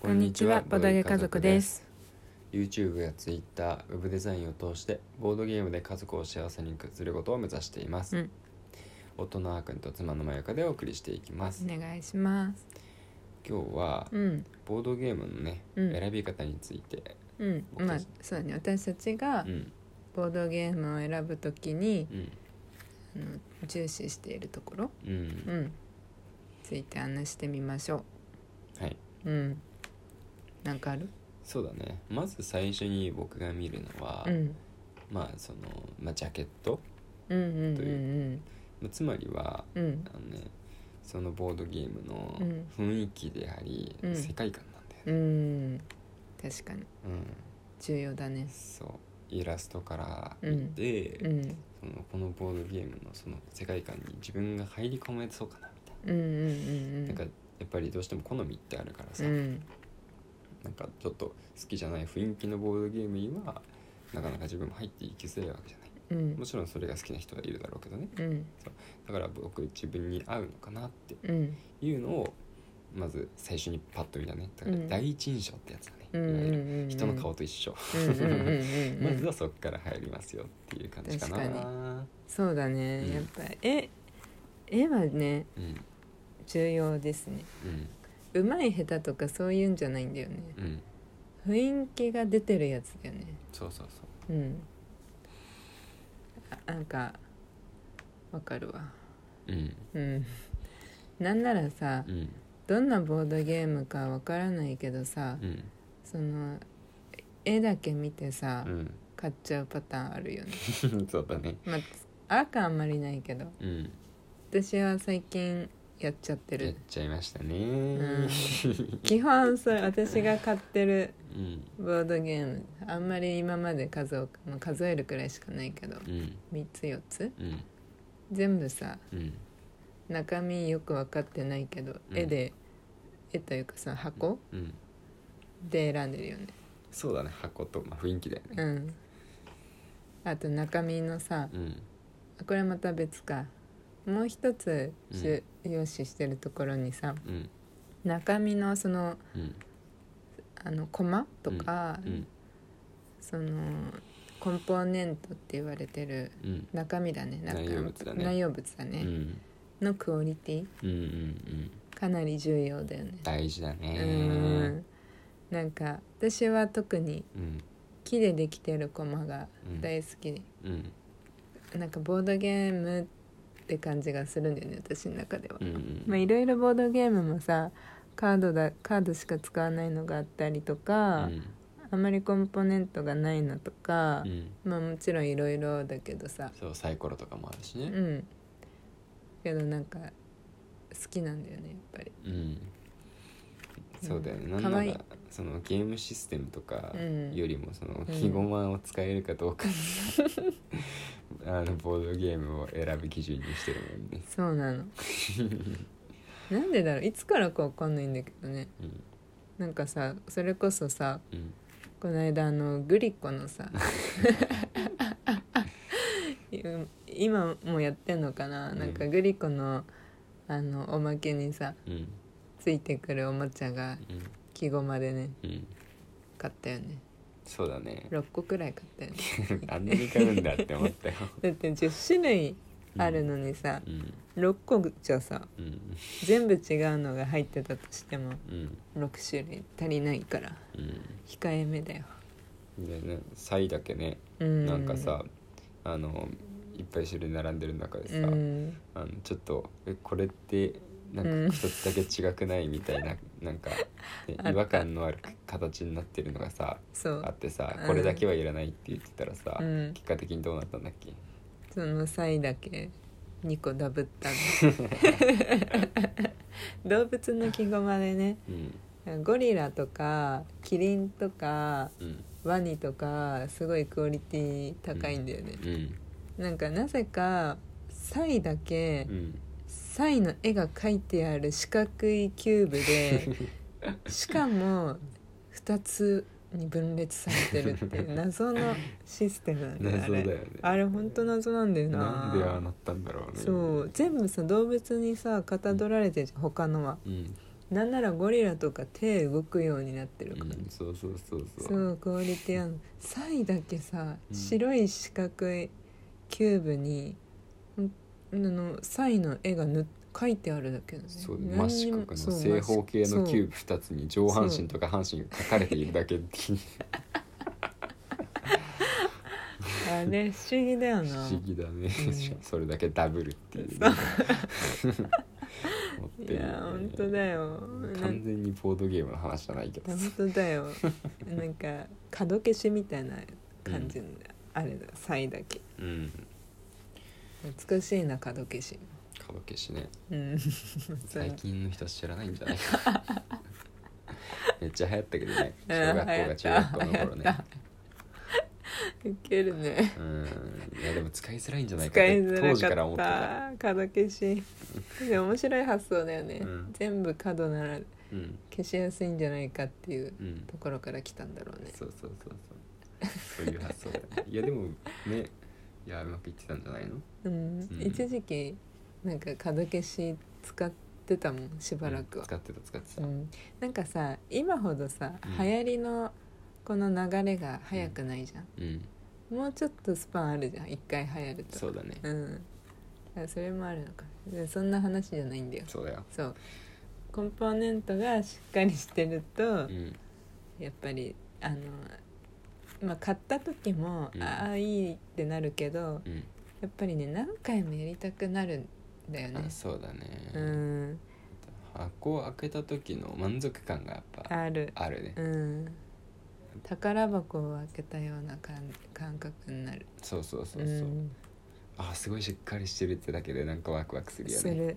こんにちは、ボドゲ家族で。す。 YouTube や Twitter、ウェブデザインを通してボードゲームで家族を幸せにすることを目指しています。うん夫のあーくんと妻のまゆかでお送りしていきます。お願いします。今日はうん、ボードゲームのね、うん選び方について、うん、僕まあたち、そうだね、私たちがうん、ボードゲームを選ぶときに、うん、あの重視しているところ。うん、うん、ついて話してみましょはい。う。うん。なんかある。そうだね。まず最初に僕が見るのは、うん。まあそのまあジャケット、うんうんとうんまあつまりはうん。うん。あのね、そのボードゲームのうん雰囲気であり、うん世界観なんだよね。うん。確かに。うん重要だね。そうイラストから見て、うん。そのこのボードゲームのその世界観に自分が入り込めそうかなみたいうんうんうんうん。な,、なんかやっぱりどうしても好みってあるからうさ、ん。なんかちょっと好きじゃない雰囲気のボードゲームにはなかなか自分も入っていきづらいわけじゃないうんも。ちろんそれが好きな人はいるだろうけどねうん。だから僕自分に合うのかなってうん。いうのをまず最初にパッと見たねだからうん第一印象ってやつだね、うんうんいわゆるうんうん人の顔と一緒、うんうんうんうん うまんずはそこから入りますよっていう感じかな確そうだね、うんやっぱ絵絵はねうん重要ですねうん上手い下手とかそういうんじゃないんだよねうん雰囲気が出てるやつだよねそうそうそうんあなんかわかるわううんうんなんならさうんどんなボードゲームかわからないけどさうんその絵だけ見てさう買っちゃうパターンあるよねん そうだねまあ赤あんまりないけどうん私は最近やっちゃってやっるちゃいましたねん基本それ私が買ってるうんボードゲームあんまり今まで数を、まあ、数えるくらいしかないけどうん3つ4つうん全部さうん中身よく分かってないけど、うん絵で絵というかその箱うんで選んでるよねそうだね箱と、まあ、雰囲気だよねうんあと中身のさうんあこれまた別かもう一つ重要視してるところにさうん中身のそのうんあのコマとか、うんそのコンポーネントって言われてるうん中身だねなんか内容物だね内容物だねうんうんのクオリティうんうんかなり重要だよね、大事だねうんなんか私は特にうん木でできてるコマがうん大好きで、うんなんかボードゲームって感じがするんだよね私の中では、うんうんまあいろいろボードゲームもさカードだカードしか使わないのがあったりとか、うんあんまりコンポーネントがないのとかう、んまあもちろんいろいろだけどさそうサイコロとかもあるしうねんけどなんか好きなんだよねやっぱりうんそうだよね、うんなんな可愛いらそのゲームシステムとかうんよりもそのん木駒を使えるかどうか、 あのボードゲームを選ぶ基準にしてるもんね、そうなのなんでだろういつからかわかんないんだけどねうんなんかさそれこそさうん、この間あのグリコのさ今もやってんのかな、うんなんかグリコのあのおまけにさうんついてくるおもちゃがうん木駒でねうん買ったよねそうだ ね6個くらい買ったよねあんなに買うんだって思ったよだって10種類あるのにさ、うん6個じゃさうん全部違うのが入ってたとしてもうん6種類足りないから控えめだようんでねサイだけねうんなんかさあのいっぱい種類並んでる中でうさ、んあのちょっとえこれってなうんんか一つだけ違くないみたいななん か、ねあった違和感のある形になってるのがさそあっうてさうんこれだけはいらないって言ってたらさ、うん結果的にどうなったんだっけその際だけ2個ダブった の動物の木駒でねうんゴリラとかキリンとかうんワニとかすごいクオリティ高いんだよね、うんなんかなぜかサイだけ、うんサイの絵が描いてある四角いキューブ でしかも2つに分裂されてるって いう謎のシステムなんだよあ謎だよれねあれ本当謎なんだよななんでああなったんだろうねそう全部さ動物にさかたどられてるじゃん他のはうんなんならゴリラとか手動くようになってるからね、うんそうそうそうそうそうクオリティあるのサイだけさ、うん白い四角いキューブにんあのサイの絵がぬ書いてあるだけだねそう何に真も四角そうの正方形のキューブブ2つに上半身とか半身が書かれているだけっていうあれ不思議だよ不な思議だね、うんそれだけダブルっていうね、持っているよねや本当だよな完全にボードゲームの話じゃないけど本当だよなんか角消しみたいな感じの、あれだサイだけうん懐かしいな角消し角消しねうんそう最近の人知らないんじゃ ないかめっちゃ流行ったけどねうん小学校が中学校の頃流行っねたウケるねうんいやでも使いづらいんじゃないかっ使いてづ当時からら思ってた、かった角消しでも面白い発想だよね、うん全部角ならうん消しやすいんじゃないかっていううん、ところから来たんだろうねそうそうそうそうそういう発想だねいやでもねいやうまくいってたんじゃ ないのうん、ん一時期なんか角消し使ってたもんしばらくはうん、使ってた使ってた、ううんん、なんかさ今ほどさうん流行りのこの流れが早くないじゃん、もうちょっとスパンあるじゃん一回流行るとそうだね、うんあそれもあるのかでそんな話じゃないんだよそうだよそうコンポーネントがしっかりしてると、うんやっぱりあのまあ買った時も、うんああいいってなるけどうんやっぱりね何回もやりたくなるんだよねあそうだね、うん箱を開けた時の満足感がやっぱあるあるね、うん宝箱を開けたような感感覚になるそうそうそうそう、んあすごいしっかりしてるってだけでなんかワクワクするよすねる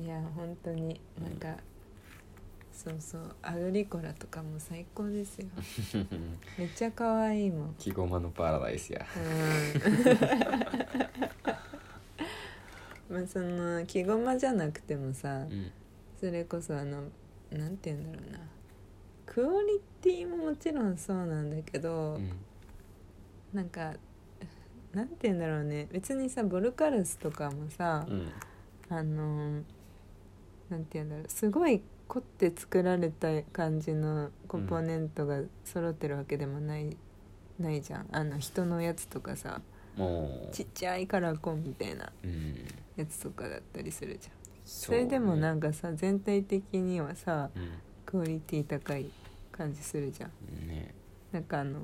いや本当になんか、そうそうアグリコラとかも最高ですよ めっちゃ可愛いもん木駒のパラダイスやうん まあその木駒じゃなくてもさうんそれこそあのなんて言うんだろうなクオリティももちろんそうなんだけど、うんなんかなんて言うんだろうね別にさボルカルスとかもさ、うんあのなんて言うんだろうすごい凝って作られた感じのコンポーネントが揃ってるわけでもない、ないじゃんあの人のやつとかさもちっちゃいカラコンみたいなう、うん、やつとかだったりするじゃんそそれでもなんんかさ全体的にはさうんクオリティ高い感じするじゃんねなんかあの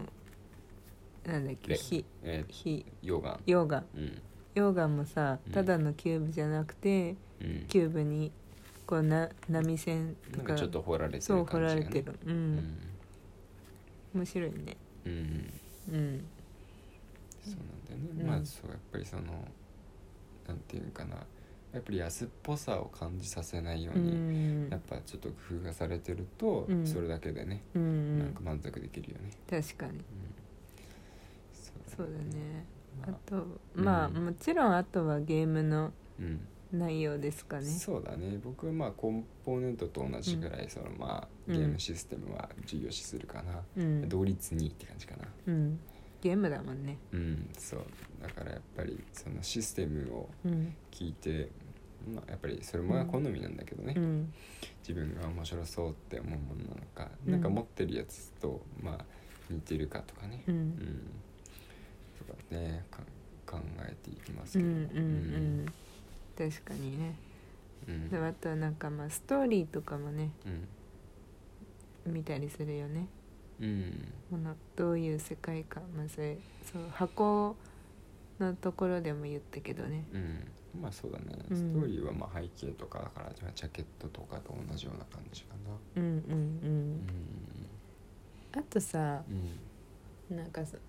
なんだっけで火え火溶岩溶岩うん溶岩もさうんただのキューブじゃなくてうんキューブにこうな波線となんかかちょっと掘られてそうる掘感らじれがてねるうん、うん面白いねうんうんそうなんだよね、うんまあそうやっぱりそのなんていうのかなやっぱり安っぽさを感じさせないよううに、んやっぱちょっと工夫がされてると、うんそれだけでね、うなんんか満足できるよね、確かにうんそそうだねあまあとまあ、うんもちろんあとはゲームのうん内容ですかねそうだね僕はまあコンポーネントと同じぐらいそのまあゲームシステムは重要視するかな、うん、同率にって感じかなうん、ゲームだもんねうんそうだからやっぱりそのシステムをうん聞いてまあやっぱりそれも好みなんだけどね、うん自分が面白そうって思うものなのか、うんなんか持ってるやつとまあ似てるかとかね、ううんんとかねか考えていきますうんうけんど、うん確かにねうんであとはなんかまあストーリーとかもねうん見たりするよねうんこのどういう世界観まあそれそう箱のところでも言ったけどねうんまあそうだね、うんストーリーはまあ背景とかだからまあジャケットとかと同じような感じかなうんうんううんんあとさうんなんかさん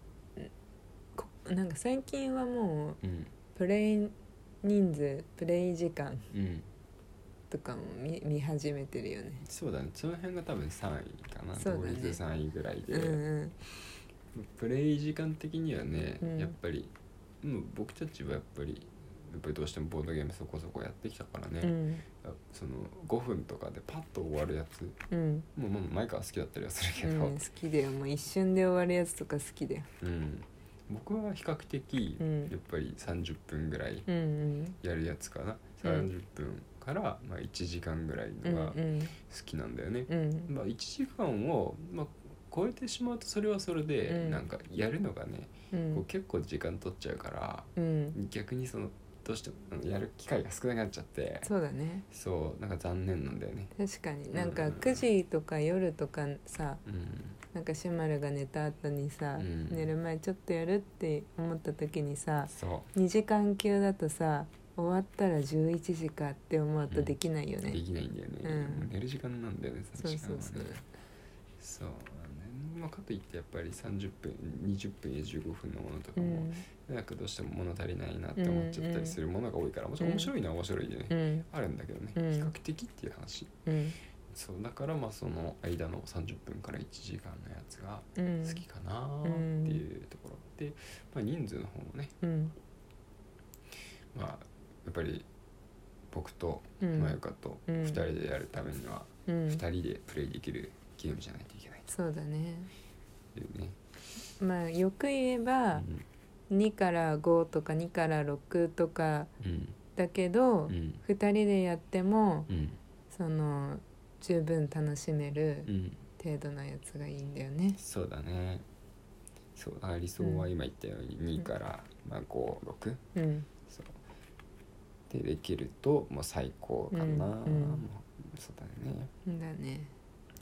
こなんか最近はもううんプレイ人数プレイ時間うんとかも見見始めてるよねそうだねその辺が多分3位かなそうだね同率3位ぐらいで、うんうんプレイ時間的にはね、うんやっぱりもう僕たちはやっぱりやっぱりどうしてもボードゲームそこそこやってきたからね、うんあその5分とかでパッと終わるやつうんもうもう前から好きだったりはするけうんど、、好きだよもう一瞬で終わるやつとか好きだようん僕は比較的うんやっぱり30分ぐらいうんやるやつかな、うん30分から、まあ、1時間ぐらいうんのが好うんきなんだよね、うんまあ、1時間を、まあ、超えてしまうとそれはそれで、うんなんかやるのがね、うこうん結構時間取っちゃうからうん逆にそのどうしてもあのやる機会が少なくなっちゃってそうだねそうなんか残念なんだよね。確かになんうかん9時とか夜とかさうんなんかシュマルが寝た後にさ、うん寝る前ちょっとやるって思った時にさそ2時間級だとさ終わったら11時かって思うとできないよう、でね、きないんだよね、うんもう寝る時間なんだよねそそのう時そ間はうねそうそうねまあ、かといってやっぱり30分20分や15分のものとかうも、んなんかどうしても物足りないなって思っちゃったりするものが多いから、もちろん面白いのは面白いよね、うんあるんだけどね、うん比較的っていう話うんそうだからまあその間の30分から1時間のやつがうん好きかなーっていうところ、で、まあ、人数の方もね、うんまあ、やっぱり僕とうんまゆかとうん2人でやるためにはうん2人でプレイできるゲームじゃないといけないそうだねっていうね、まあよく言えば、2から5とか2から6とかうんだけど、うんうん2人でやってもうんその十分楽しめるうん程度のやつがいいんだよね。そうだねそうだから理想は今言ったように2から、まあ、56うん、そうでできるともう最高かな、うんうんもうそうだねだね。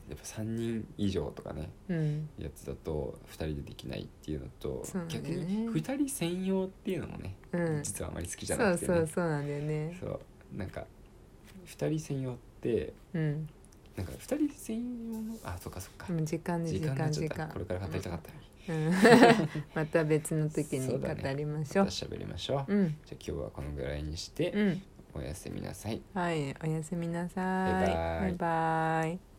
やっぱ3人以上とかねうん、やつだと2人でできないっていうのとそうなんだよ逆ねに2人専用っていうのもね、うん、実はあまり好きじゃそなうくて、ね、そうそうなんだよね。そうなんか2人専用ってうん、なんか2人専用のあそっかそっか、うん時間ね時時間になっ間ちゃ時った間。これから語りたかったよ、うん また別の時に語りましょう。また喋りましょう、うん、じゃあ今日はこのぐらいにして、うおん、やすみなさいはい、おやすみなさい。バイバイバイバイ